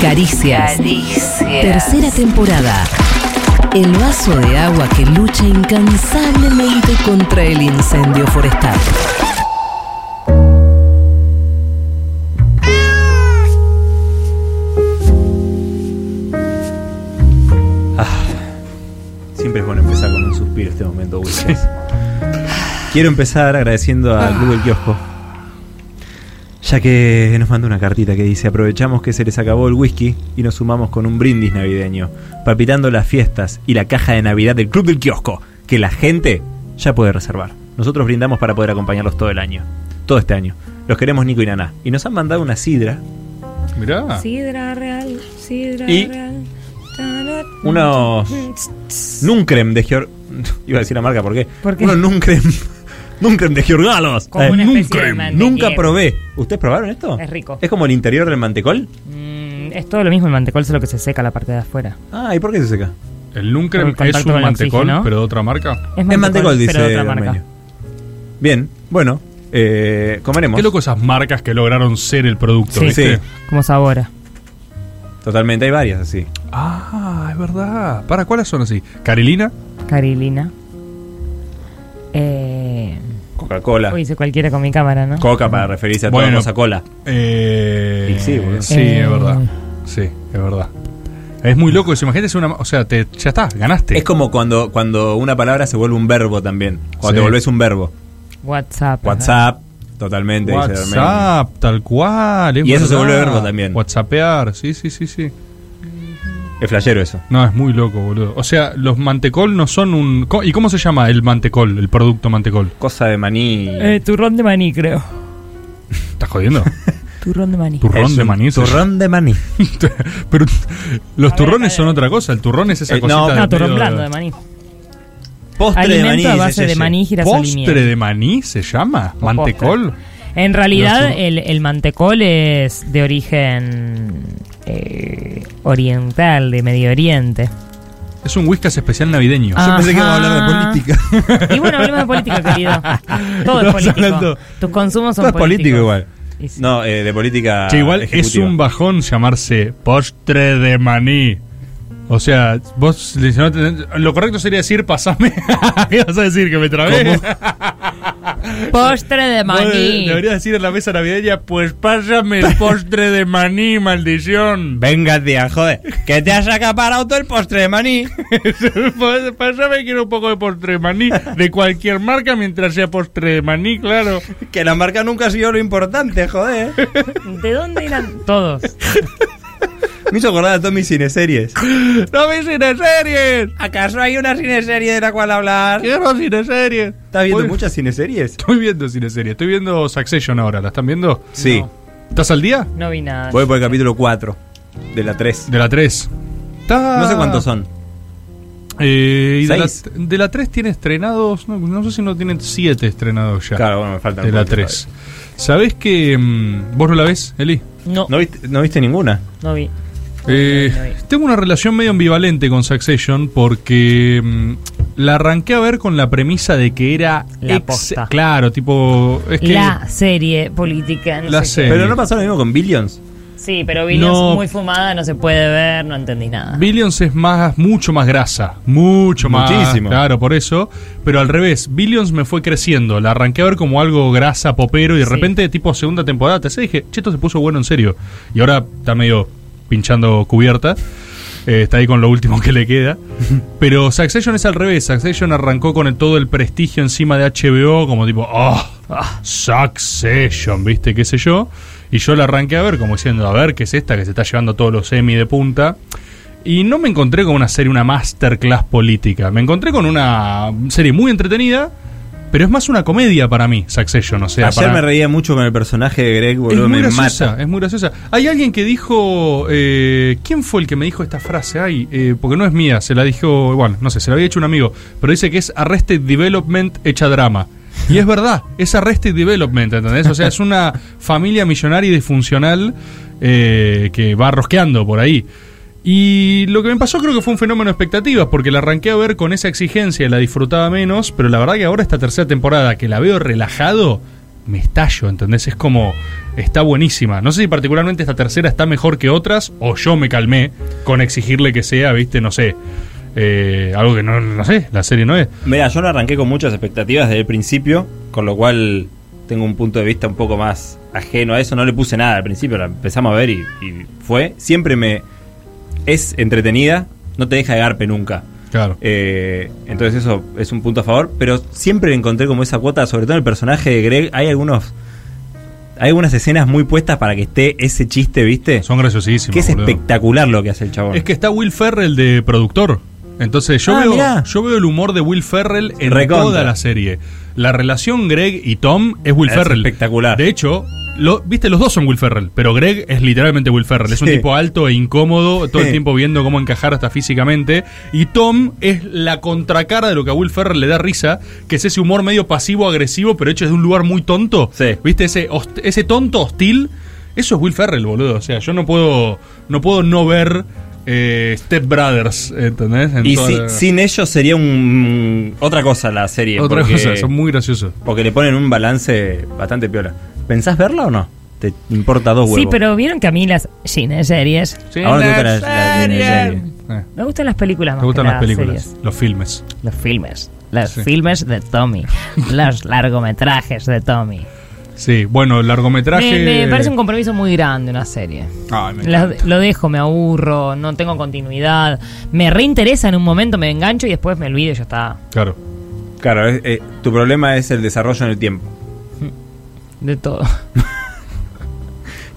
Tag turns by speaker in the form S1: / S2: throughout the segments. S1: Caricias.
S2: Caricias.
S1: Tercera temporada. El vaso de agua que lucha incansablemente contra el incendio forestal.
S3: Siempre es bueno empezar con un suspiro este momento, Ulises. Quiero empezar agradeciendo al Club del Kiosco. Ya que nos mandó una cartita que dice, aprovechamos que se les acabó el whisky y nos sumamos con un brindis navideño, palpitando las fiestas y la caja de Navidad del Club del Kiosco, que la gente ya puede reservar. Nosotros brindamos para poder acompañarlos todo el año, todo este año. Los queremos Nico y Naná. Y nos han mandado una sidra,
S4: Mirá.
S2: Sidra real, sidra
S3: Y-
S2: real.
S3: unos Nuncrem de Geor... Iba a decir la marca, ¿por qué?
S2: ¿Por qué?
S3: Unos Nuncrem. Nuncrem de Georgalos.
S2: Como una especie de mantequilla.
S3: Nunca probé. ¿Ustedes probaron esto?
S2: Es rico.
S3: ¿Es como el interior del mantecol?
S2: Mm, es todo lo mismo el mantecol, solo que se seca la parte de afuera.
S3: Ah, ¿y por qué se seca?
S4: El
S2: Por
S4: Nuncrem
S2: el contacto
S4: es
S2: con
S4: un
S2: el
S4: mantecol,
S2: oxígeno.
S4: pero de otra marca.
S2: Es
S3: Es mantecol, dice
S2: pero de otra
S3: Armenio.
S2: marca.
S3: Bien, bueno, eh, comeremos.
S4: Qué loco esas marcas que lograron ser el producto,
S2: Sí.
S4: ¿viste?
S3: Sí.
S2: Como sabora.
S3: Totalmente, hay varias así.
S4: Ah, es verdad. ¿Para cuáles son así? Carilina,
S2: Carilina. Eh,
S3: Coca-Cola.
S2: uy, hice cualquiera con mi cámara, ¿no?
S3: Coca para referirse a
S4: Bueno.
S3: toda cosa cola.
S4: Eh,
S3: Y sí, boludo.
S4: sí,
S2: Eh.
S4: es verdad. Sí, es verdad. Es muy loco eso. Imagínate, es una, o sea, te, ya está, ganaste.
S3: Es como cuando, cuando una palabra se vuelve un verbo también. Cuando
S4: Sí.
S3: te volvés un verbo.
S2: WhatsApp.
S3: WhatsApp, totalmente, dice Armenio.
S4: WhatsApp, tal cual. es
S3: Y eso se
S4: verdad.
S3: vuelve verbo también.
S4: Whatsappear, sí, sí, sí, sí.
S3: Es flashero eso.
S4: No, es muy loco, boludo. O sea, los mantecol no son un... co- ¿Y cómo se llama el mantecol, el producto mantecol?
S3: Cosa de maní.
S2: Eh, turrón de maní, creo.
S4: ¿Estás jodiendo?
S2: Turrón de maní.
S4: Turrón
S3: Es
S4: de
S3: un
S4: maní. se
S3: Turrón de maní.
S4: Pero
S2: A ver,
S4: los
S2: a
S4: turrones
S2: ver.
S4: son otra cosa. El turrón es esa
S3: Eh,
S4: cosita
S3: no,
S4: de
S2: No, turrón
S4: medio-
S2: blando de maní.
S3: Postre de maní.
S2: Alimento a
S3: dice
S2: base de
S3: Yeye.
S2: maní, girasol y
S4: ¿Postre
S2: miel.
S4: de maní se llama?
S2: O
S4: ¿Mantecol?
S2: En realidad,
S4: Los-
S2: el, el mantecol es de origen eh, oriental, de Medio Oriente.
S4: Es un whiskas especial navideño.
S2: Yo pensé que iba a hablar de política. Y bueno, hablemos de política, querido. Todo es
S3: Estamos
S2: político.
S3: hablando-
S2: Tus consumos son
S3: Todo es político
S2: políticos.
S3: igual.
S2: Y sí.
S3: No, eh, de política.
S4: Che,
S2: Ah,
S4: igual es
S3: ejecutiva.
S4: un bajón llamarse postre de maní. O sea, vos le- no te- lo correcto sería decir pasame. ¿Qué vas a decir que me trabé?
S2: Postre de maní.
S4: Deberías decir en la mesa navideña, pues pásame el postre de maní, maldición.
S3: Venga, tía, joder. Que te has acaparado todo el postre de maní.
S4: Pues, pásame quiero un poco de postre de maní de cualquier marca mientras sea postre de maní, claro.
S3: Que la marca nunca ha sido lo importante, joder.
S2: ¿De dónde eran todos?
S3: Me hizo acordar a todas mis cineseries.
S4: No vi cineseries.
S3: ¿Acaso hay una cineserie de la cual hablar?
S4: Quiero cineseries.
S3: ¿Estás viendo
S4: Voy-
S3: muchas cineseries?
S4: Estoy viendo cineseries. Estoy viendo Succession ahora. ¿La están viendo?
S3: Sí.
S2: No.
S4: ¿Estás al día?
S2: No vi nada.
S3: Voy por el capítulo 4 de la 3.
S4: De la 3.
S3: No sé cuántos son.
S4: Eh, y de, la,
S3: Seis.
S4: de la 3 tiene estrenados. No, no sé si no tienen 7 estrenados ya.
S3: Claro, bueno, me faltan.
S4: de la
S3: cuatro,
S4: 3. ¿Sabés que. mm, ¿Vos no la ves, Eli?
S2: No,
S3: todavía. ¿No viste, no viste ninguna?
S2: no vi.
S4: Eh,
S2: No vi, no vi.
S4: tengo una relación medio ambivalente con Succession porque mm, la arranqué a ver con la premisa de que era
S2: La
S4: ex-
S2: posta.
S4: claro, tipo es que
S2: La serie política. No
S4: La
S2: sé
S4: serie.
S2: qué.
S3: Pero no pasó lo mismo con Billions.
S2: Sí, pero Billions
S4: No.
S2: muy fumada, no se puede ver, no entendí nada.
S4: Billions es más mucho más grasa, mucho más,
S3: Muchísimo.
S4: claro, por eso, pero al revés, Billions me fue creciendo, la arranqué a ver como algo grasa popero y de
S2: Sí.
S4: repente tipo segunda temporada, te dije, che, esto se puso bueno en serio. Y ahora está medio pinchando cubierta. Eh, está ahí con lo último que le queda. Pero Succession es al revés. Succession arrancó con el- todo el prestigio encima de HBO, como tipo, oh, ah, Succession, ¿viste? ¿Qué sé yo? Y yo la arranqué a ver, como diciendo, a ver, ¿qué es esta que se está llevando todos los semi de punta? Y no me encontré con una serie, una masterclass política. Me encontré con una serie muy entretenida, pero es más una comedia para mí, Succession. O sea,
S3: Ayer
S4: para-
S3: me reía mucho con el personaje de Greg, boludo,
S4: es muy
S3: me
S4: graciosa,
S3: mata.
S4: es muy graciosa. Hay alguien que dijo. eh, ¿Quién fue el que me dijo esta frase? Ay, eh, porque no es mía, se la dijo. Bueno, no sé, se la había hecho un amigo. Pero dice que es Arrested Development hecha drama. Y es verdad, es Arrested Development, ¿entendés? O sea, es una familia millonaria y disfuncional eh, que va rosqueando por ahí. Y lo que me pasó creo que fue un fenómeno de expectativas, porque la arranqué a ver con esa exigencia y la disfrutaba menos, pero la verdad que ahora esta tercera temporada, que la veo relajado, me estallo, ¿entendés? Es como, está buenísima. No sé si particularmente esta tercera está mejor que otras, o yo me calmé con exigirle que sea, viste, no sé, eh, algo que no, no sé, la serie no es.
S3: Mira, yo no arranqué con muchas expectativas desde el principio, con lo cual tengo un punto de vista un poco más ajeno a eso. No le puse nada al principio, la empezamos a ver y, y fue. Siempre me. Es entretenida, no te deja de garpe nunca.
S4: Claro.
S3: Eh, entonces eso es un punto a favor, pero siempre encontré como esa cuota, sobre todo en el personaje de Greg, hay algunos hay algunas escenas muy puestas para que esté ese chiste, ¿viste?
S4: Son graciosísimos.
S3: que es
S4: boludo.
S3: espectacular lo que hace el chabón.
S4: Es que está Will Ferrell de productor. Entonces yo,
S3: Ah,
S4: veo,
S3: mirá.
S4: yo veo el humor de Will Ferrell en
S3: Recontra.
S4: toda la serie. La relación Greg y Tom es Will
S3: Es
S4: Ferrell.
S3: espectacular.
S4: De hecho, lo, viste, los dos son Will Ferrell, pero Greg es literalmente Will Ferrell. Es un
S3: Sí.
S4: tipo alto e incómodo, todo el
S3: Sí.
S4: tiempo viendo cómo encajar hasta físicamente. Y Tom es la contracara de lo que a Will Ferrell le da risa, que es ese humor medio pasivo-agresivo, pero hecho desde un lugar muy tonto.
S3: Sí.
S4: ¿Viste? Ese, host- ese tonto hostil. Eso es Will Ferrell, boludo. O sea, yo no puedo no, puedo no ver eh, Step Brothers, ¿entendés? En
S3: y
S4: toda
S3: si-
S4: la-
S3: sin ellos sería un mm, otra cosa la serie.
S4: Otra
S3: porque,
S4: cosa, son muy graciosos.
S3: porque le ponen un balance bastante piola. ¿Pensás verla o no? ¿Te importa dos huevos?
S2: Sí, pero vieron que a mí las cine series.
S3: Ahora te gusta la- Ah, la- la- la- la-
S4: Eh,
S2: Me gustan las películas más
S4: me gustan
S2: que
S4: las
S2: las
S4: películas,
S2: series.
S4: los filmes.
S2: Los filmes. Los
S4: Sí.
S2: filmes de Tommy. los largometrajes de Tommy.
S4: Sí, bueno, el largometraje.
S2: Me, me parece un compromiso muy grande una serie.
S4: Ay, me
S2: Lo, lo dejo, me aburro, no tengo continuidad. Me reinteresa en un momento, me engancho y después me olvido y ya está.
S4: Claro.
S3: Claro, es- eh, tu problema es el desarrollo en el tiempo.
S2: De todo.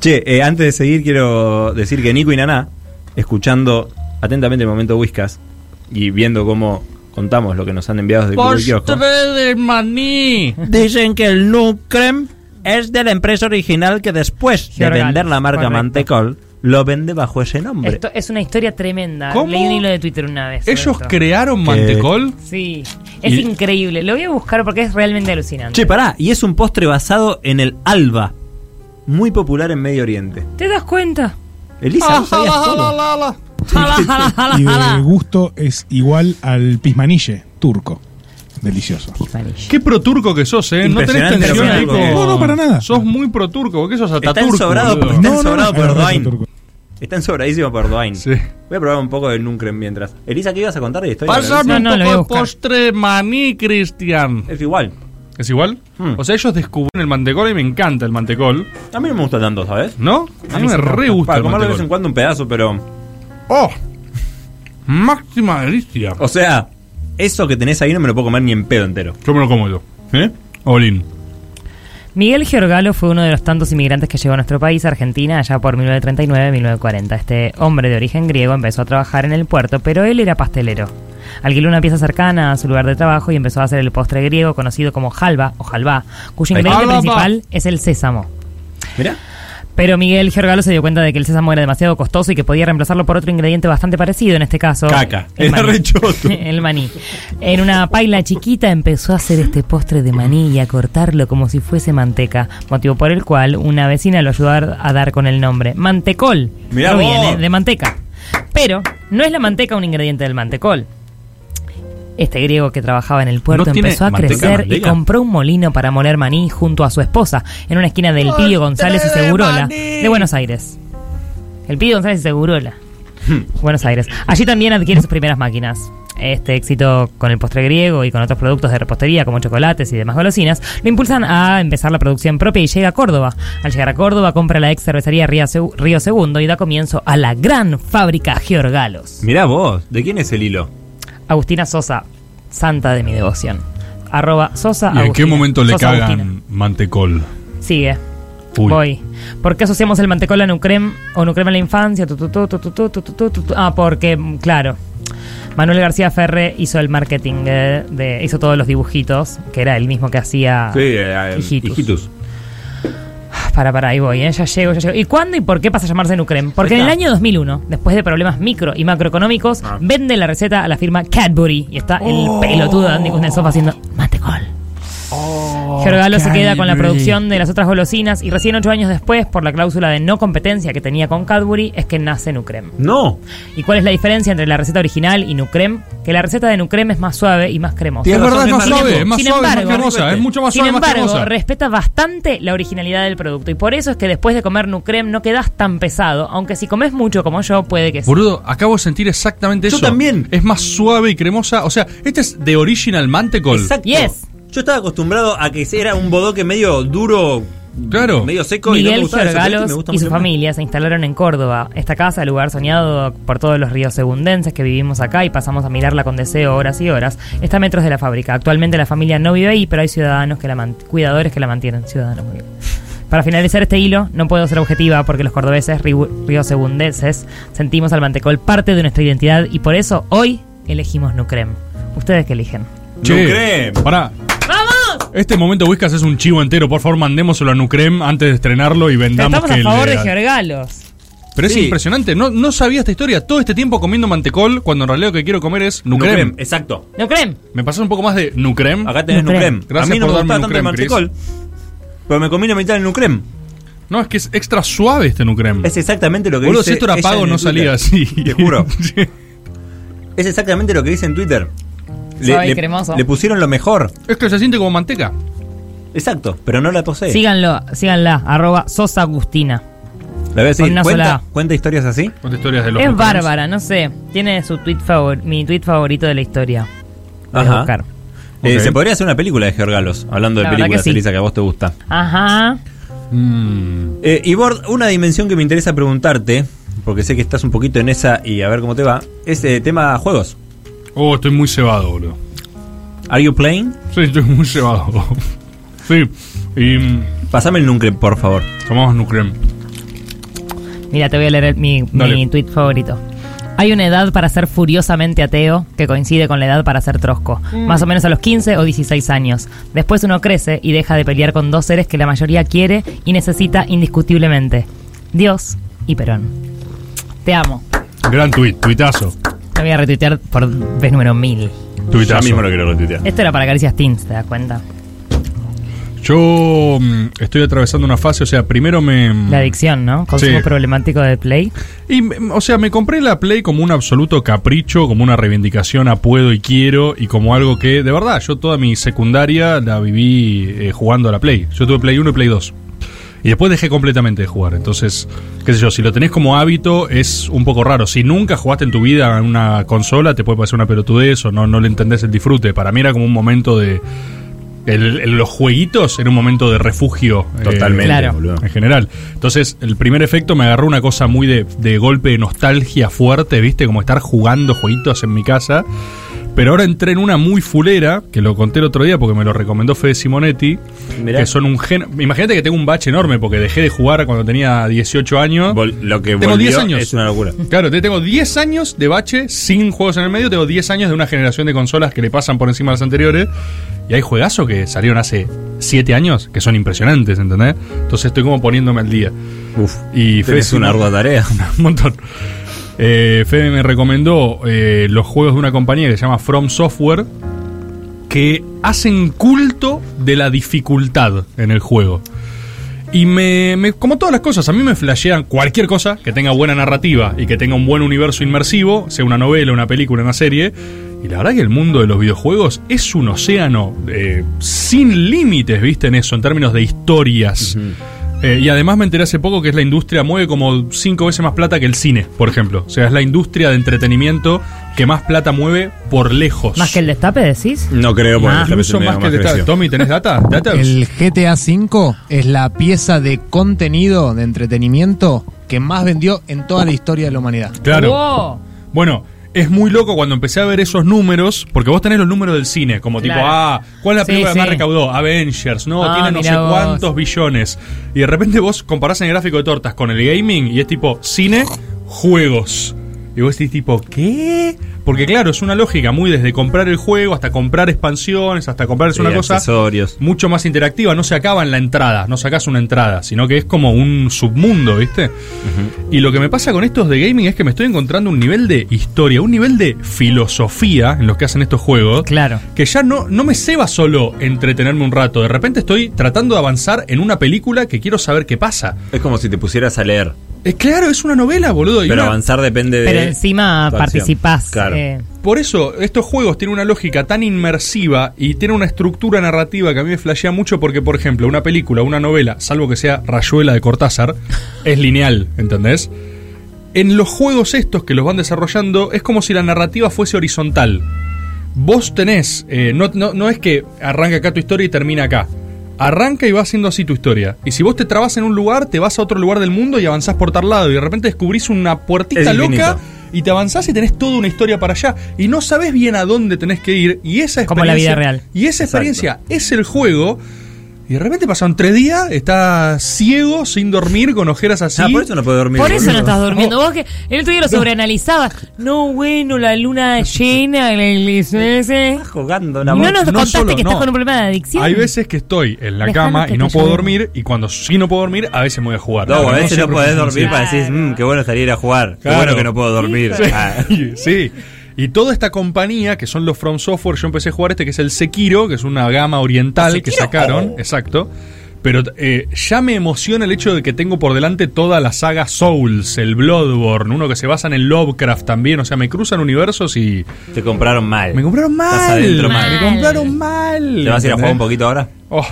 S3: Che, eh, antes de seguir quiero decir que Nico y Naná, escuchando atentamente el momento Whiskas y viendo cómo contamos lo que nos han enviado desde el kiosco,
S4: de maní!
S3: dicen que el Nucrem es de la empresa original que después de
S2: Georgal,
S3: vender la marca
S2: correcto.
S3: Mantecol lo vende bajo ese nombre.
S2: Esto es una historia tremenda.
S4: ¿Cómo?
S2: Leí un hilo de Twitter una vez. sobre
S4: ¿Ellos
S2: esto.
S4: crearon mantecol?
S2: Sí, es
S3: Y-
S2: increíble. Lo voy a buscar porque es realmente alucinante.
S3: Che, pará, y es un postre basado en el alba, muy popular en Medio Oriente.
S2: ¿Te das cuenta?
S3: Elisa, ¿vos
S4: Ah,
S3: sabías todo?
S2: Jala, jala, jala,
S5: Y
S2: jala.
S5: de gusto es igual al pismanille turco. Delicioso.
S2: Spanish.
S4: Qué proturco que sos, ¿eh? No tenés
S3: Impresionante
S4: tensión
S3: lo que
S4: ahí
S3: es.
S4: con...
S5: No, no, para nada.
S4: Sos muy proturco, porque sos
S3: Está
S4: ataturco.
S3: ensobrado, pues,
S4: boludo.
S3: está ensobrado
S5: hay
S3: por
S5: razón,
S3: Doin.
S5: turco.
S3: Están sobradísimos por Doin.
S4: Sí.
S3: Voy a probar un poco del Nucrem mientras. Elisa, ¿qué ibas a contar de historia?
S2: No, no, lo voy a buscar.
S4: postre maní, Cristian.
S3: Es igual.
S4: ¿Es igual?
S3: Hmm.
S4: O sea, ellos descubrieron el mantecol y me encanta el mantecol,
S3: A mí no me gusta tanto, ¿sabes?
S4: ¿no? A mí me re gusta
S3: Para
S4: el
S3: comerlo de vez en
S4: mantecol.
S3: cuando un pedazo, pero.
S4: ¡Oh! Máxima delicia.
S3: O sea, eso que tenés ahí no me lo puedo comer ni en pedo entero.
S4: Yo me lo como yo. ¿Eh? Olin.
S2: Miguel Giorgalo fue uno de los tantos inmigrantes que llegó a nuestro país, Argentina, allá por 1939-1940. Este hombre de origen griego empezó a trabajar en el puerto, pero él era pastelero. Alquiló una pieza cercana a su lugar de trabajo y empezó a hacer el postre griego conocido como halva o halva, cuyo
S3: Ahí está.
S2: ingrediente
S4: Halva.
S2: principal es el sésamo.
S3: Mirá.
S2: Pero Miguel Giorgalo se dio cuenta de que el sésamo era demasiado costoso y que podía reemplazarlo por otro ingrediente bastante parecido, en este caso.
S3: Caca.
S2: el
S3: Era
S2: maní.
S3: re choto.
S2: El maní. En una paila chiquita empezó a hacer este postre de maní y a cortarlo como si fuese manteca, motivo por el cual una vecina lo ayudó a a dar con el nombre. Mantecol.
S3: Mirá
S2: No
S3: vos.
S2: viene de manteca. Pero no es la manteca un ingrediente del mantecol. Este griego que trabajaba en el puerto
S4: ¿No tiene
S2: empezó a
S4: manteca,
S2: crecer y
S4: manteca?
S2: compró un molino para moler maní junto a su esposa en una esquina del Pío González y Segurola de Buenos Aires. El Pío González y Segurola. Buenos Aires. Allí también adquiere sus primeras máquinas. Este éxito con el postre griego y con otros productos de repostería como chocolates y demás golosinas lo impulsan a empezar la producción propia y llega a Córdoba. Al llegar a Córdoba compra la ex cervecería Ría Seu- Río Segundo y da comienzo a la gran fábrica Georgalos.
S3: Mirá vos, ¿de quién es el hilo?
S2: Agustina Sosa, santa de mi devoción. Arroba Sosa
S4: ¿Y en qué
S2: Ah, Agustina.
S4: momento le
S2: Sosa
S4: cagan
S2: Agustina.
S4: mantecol?
S2: Sigue.
S4: Uy.
S2: Voy. ¿Por qué asociamos el mantecol a Nucrem o Nucrem a la infancia? Tu, tu, tu, tu, tu, tu, tu, tu, tu, tu, tu. Ah, porque, mm, claro. Manuel García Ferre hizo el marketing, eh, de, hizo todos los dibujitos, que era el mismo que hacía.
S3: eh, eh,
S2: Hijitus.
S3: hijitus.
S2: Para, para, ahí voy, eh, ya llego, ya llego. ¿Y cuándo y por qué pasa a llamarse Nucrem? Porque en el
S3: Ahí
S2: año 2001, después de problemas micro y macroeconómicos, vende la receta a la firma Cadbury y está el pelotudo Andy en el sofá haciendo mantecol. Gergalo se queda con la producción de las otras golosinas y recién ocho años después, por la cláusula de no competencia que tenía con Cadbury, es que nace Nucrem.
S6: No.
S2: ¿Y cuál es la diferencia entre la receta original y Nucrem? Que la receta de Nucrem es más suave y más cremosa.
S7: Tienes
S4: Es verdad,
S7: razón,
S4: es más
S7: Martín.
S4: suave, es más
S2: Sin
S4: suave, es más
S2: embargo,
S4: cremosa, es mucho más
S2: Sin
S4: suave, más
S2: embargo,
S4: cremosa.
S2: respeta bastante la originalidad del producto y por eso es que después de comer Nucrem no quedas tan pesado, aunque si comes mucho como yo puede que sí.
S4: Boludo, acabo de sentir exactamente
S6: Yo
S4: eso.
S6: también.
S4: Es más suave y cremosa. O sea, este es de Original Mantecol.
S3: Exacto.
S2: Yes.
S3: Yo estaba acostumbrado a que era un bodoque medio duro,
S4: Claro.
S3: medio seco y no me
S2: Miguel
S3: gustaba eso, pero este
S2: Giorgalos
S3: me gusta
S2: y
S3: mucho
S2: su
S3: más.
S2: familia se instalaron en Córdoba, esta casa, lugar soñado por todos los ríos segundenses que vivimos acá y pasamos a mirarla con deseo horas y horas, está a metros de la fábrica. Actualmente la familia no vive ahí, pero hay ciudadanos que la man- cuidadores que la mantienen, ciudadanos. muy bien. Para finalizar este hilo, no puedo ser objetiva porque los cordobeses riu- riosegundenses sentimos al mantecol parte de nuestra identidad y por eso hoy elegimos Nucrem. Ustedes que eligen.
S4: Che, pará.
S2: ¡Vamos!
S4: Este momento Whiskas es un chivo entero. Por favor, mandémoselo a Nucrem antes de estrenarlo y vendamos
S2: Estamos a
S4: que
S2: favor de
S4: le-
S2: Giorgalos.
S4: Pero es
S3: Sí.
S4: impresionante. No, no sabía esta historia. Todo este tiempo comiendo mantecol cuando en realidad lo que quiero comer es Nucrem.
S3: Nucrem, exacto.
S2: Nucrem.
S4: Me pasó un poco más de Nucrem.
S3: Acá tenés
S2: Nucrem.
S3: Nucrem.
S4: Gracias
S3: a mí no
S4: por
S3: me
S4: darme
S3: gustaba tanto el
S4: Nucrem, Chris.
S3: mantecol, pero me comí la mitad del Nucrem.
S4: Mm. No, es que es extra suave este Nucrem.
S3: Es exactamente lo que
S4: Boludo,
S3: dice
S4: si esto era
S3: ella
S4: pago
S3: en
S4: no
S3: el Twitter.
S4: salía así.
S3: Te juro. Es exactamente lo que dice en Twitter.
S2: Suave y cremoso.
S3: le pusieron lo mejor.
S4: es que se siente como manteca.
S3: Exacto, pero no la posee.
S2: Síganlo, síganla, arroba Sosa Agustina.
S3: La voy a decir,
S2: Con una sola
S3: ¿cuenta,
S2: A.
S3: ¿Cuenta historias así?
S4: Con historias de los
S2: Es
S4: Nucrems.
S2: bárbara, no sé. Tiene su tweet favor, mi tweet favorito de la historia. Voy a
S3: Ajá.
S2: buscar.
S3: Eh,
S4: Ok.
S3: se podría hacer una película de Georgalos, hablando de
S2: La verdad
S3: películas,
S2: que sí.
S3: Elisa, que a vos te gusta.
S2: Ajá.
S4: Mm.
S3: Eh, y Bord, una dimensión que me interesa preguntarte, porque sé que estás un poquito en esa y a ver cómo te va, es eh, tema juegos.
S4: Oh, estoy muy cebado, boludo.
S3: ¿Are you playing?
S4: Sí, estoy muy cebado. sí. Y mm,
S3: Pasame el Nucre, por favor.
S4: tomamos Nucrem.
S2: Mira, te voy a leer el- mi,
S4: Dale.
S2: mi tweet favorito. Hay una edad para ser furiosamente ateo que coincide con la edad para ser trosco, más o menos a los 15 o 16 años. Después uno crece y deja de pelear con dos seres que la mayoría quiere y necesita indiscutiblemente, Dios y Perón. Te amo.
S4: Gran tuit, tuitazo.
S2: Te voy a retuitear por vez número 1000.
S4: Tuitazo.
S3: quiero retuitear.
S2: Esto era para Caricias Teens, ¿te das cuenta?
S4: Yo mm, estoy atravesando una fase, o sea, primero me... mm,
S2: La adicción, ¿no? Consumo
S4: Sí.
S2: problemático de Play.
S4: Y, mm, o sea, me compré la Play como un absoluto capricho, como una reivindicación a puedo y quiero, y como algo que, de verdad, yo toda mi secundaria la viví eh, jugando a la Play. Yo tuve Play 1 y Play 2. Y después dejé completamente de jugar. Entonces, qué sé yo, si lo tenés como hábito es un poco raro. Si nunca jugaste en tu vida a una consola, te puede parecer una pelotudez o no, no le entendés el disfrute. Para mí era como un momento de... el- el- los jueguitos era un momento de refugio. eh,
S3: Totalmente,
S2: Claro.
S3: boludo.
S4: en general. Entonces, el primer efecto me agarró una cosa muy de, de golpe de nostalgia fuerte, ¿viste? Como estar jugando jueguitos en mi casa. Pero ahora entré en una muy fulera, que lo conté el otro día porque me lo recomendó Fede Simonetti.
S3: Mirá.
S4: Que son un gen. Imagínate que tengo un bache enorme porque dejé de jugar cuando tenía 18 años.
S3: Vol- lo que
S4: Tengo
S3: volvió
S4: 10 años.
S3: es una locura.
S4: Claro, te- tengo 10 años de bache sin juegos en el medio, tengo 10 años de una generación de consolas que le pasan por encima a las anteriores. Y hay juegazos que salieron hace 7 años que son impresionantes, ¿entendés? Entonces estoy como poniéndome al día.
S3: Uf.
S4: Y Fede
S3: Es una ardua tarea.
S4: un montón. Eh, Fede me recomendó eh, los juegos de una compañía que se llama From Software que hacen culto de la dificultad en el juego. Y me, me- como todas las cosas, a mí me flashean cualquier cosa que tenga buena narrativa y que tenga un buen universo inmersivo, sea una novela, una película, una serie. Y la verdad que el mundo de los videojuegos es un océano eh, sin límites, viste, en eso, en términos de historias. Eh, y además me enteré hace poco que es la industria mueve como cinco veces más plata que el cine, por ejemplo. O sea, es la industria de entretenimiento que más plata mueve por lejos.
S2: ¿Más que el destape decís?
S3: No creo, porque
S2: Ah.
S3: esta vez
S4: Incluso
S3: me da
S4: más que el
S3: más
S4: detalle.
S3: creció.
S4: Tommy, ¿tenés data? ¿Data?
S8: El GTA V es la pieza de contenido, de entretenimiento, que más vendió en toda la historia de la humanidad.
S4: Claro. Eh,
S2: Wow.
S4: Bueno, es muy loco cuando empecé a ver esos números, porque vos tenés los números del cine, como tipo,
S2: Claro.
S4: ah, ¿cuál es la
S2: Sí,
S4: película que más
S2: sí.
S4: recaudó? Avengers, no,
S2: Ah,
S4: tiene no
S2: mirá
S4: sé
S2: vos.
S4: cuántos billones. Y de repente vos comparás en el gráfico de tortas con el gaming y es tipo cine, juegos. Y vos decís tipo, ¿qué? Porque claro, es una lógica muy desde comprar el juego hasta comprar expansiones, hasta comprarse una
S3: Sí,
S4: cosa
S3: accesorios.
S4: mucho más interactiva. No se acaba en la entrada, no sacas una entrada, sino que es como un submundo, ¿viste? Y lo que me pasa con estos de gaming es que me estoy encontrando un nivel de historia, un nivel de filosofía en los que hacen estos juegos.
S2: Claro.
S4: Que ya no, no me ceba solo entretenerme un rato. De repente estoy tratando de avanzar en una película que quiero saber qué pasa.
S3: Es como si te pusieras a leer.
S4: Eh, claro, es una novela, boludo. y
S3: Pero
S4: una-
S3: avanzar depende de.
S2: Pero encima
S3: tu acción.
S2: participás.
S3: Claro.
S2: eh,
S4: Por eso, estos juegos tienen una lógica tan inmersiva y tienen una estructura narrativa que a mí me flashea mucho porque, por ejemplo, una película, una novela, salvo que sea Rayuela de Cortázar, es lineal, ¿entendés? En los juegos estos que los van desarrollando es como si la narrativa fuese horizontal. Vos tenés, eh, no, no- no es que arranca acá tu historia y termina acá. Arranca y va haciendo así tu historia. Y si vos te trabas en un lugar, te vas a otro lugar del mundo y avanzás por tal lado. Y de repente descubrís una puertita
S3: Es infinito.
S4: loca y te avanzás y tenés toda una historia para allá. Y no sabés bien a dónde tenés que ir. Y esa experiencia.
S2: Como la vida real.
S4: Y esa experiencia es el juego. Y de repente pasaron tres días, estás ciego, sin dormir, con ojeras así.
S3: Ah, por eso no puedo dormir.
S2: Por eso no
S3: boludo.
S2: estás durmiendo.
S4: Oh.
S2: Vos que el otro día lo sobreanalizabas. No, bueno, la luna llena en la iglesia. ese.
S3: Estás jugando una
S2: No
S3: voz.
S2: nos
S4: no
S2: contaste
S4: solo,
S2: que estás
S4: no.
S2: con un problema de adicción.
S4: Hay veces que estoy en la
S2: Dejame
S4: cama
S2: que
S4: y no
S2: te
S4: puedo
S2: llame.
S4: dormir. Y cuando sí no puedo dormir, a veces me voy a jugar.
S3: No, a veces no
S4: siempre
S3: podés
S4: funciona
S3: dormir
S4: así.
S3: para decir, mmm, qué bueno salir a jugar. Qué
S4: Claro.
S3: bueno que no puedo dormir. Ah.
S4: sí. Y toda esta compañía, que son los From Software, yo empecé a jugar este que es el Sekiro, que es una gama oriental que sacaron,
S3: Oh.
S4: exacto. Pero eh, ya me emociona el hecho de que tengo por delante toda la saga Souls, el Bloodborne, uno que se basa en el Lovecraft también, o sea, me cruzan universos y...
S3: Te compraron mal.
S4: Me compraron mal,
S3: Estás adentro mal.
S4: me compraron mal.
S3: ¿Te vas a ir a jugar un
S4: ¿entendés?
S3: poquito ahora?
S4: Oh,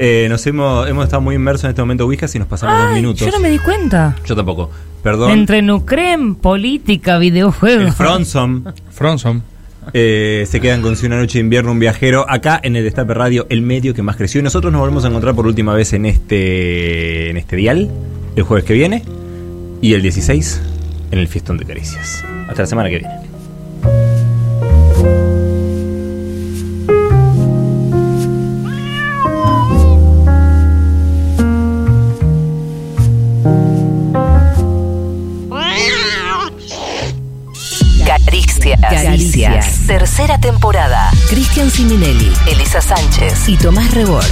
S3: Eh, nos hemos, hemos estado muy inmersos en este momento, Whiskas, y nos pasamos dos
S2: Ay,
S3: minutos.
S2: yo no me di cuenta.
S3: Yo tampoco. Perdón.
S2: Entre Nucrem, política,
S3: El
S2: videojuegos.
S3: Fronsom
S4: Fronson.
S3: eh, se quedan con Si una noche de invierno, un viajero, acá en el Destape Radio, el medio que más creció. Y nosotros nos volvemos a encontrar por última vez en este, en este dial, el jueves que viene, y el 16, en el Fiestón de Caricias. Hasta la semana que viene.
S9: Caricias.
S1: Caricias.
S9: Tercera temporada.
S1: Cristian Siminelli
S9: Elisa Sánchez.
S1: y Tomás Rebor.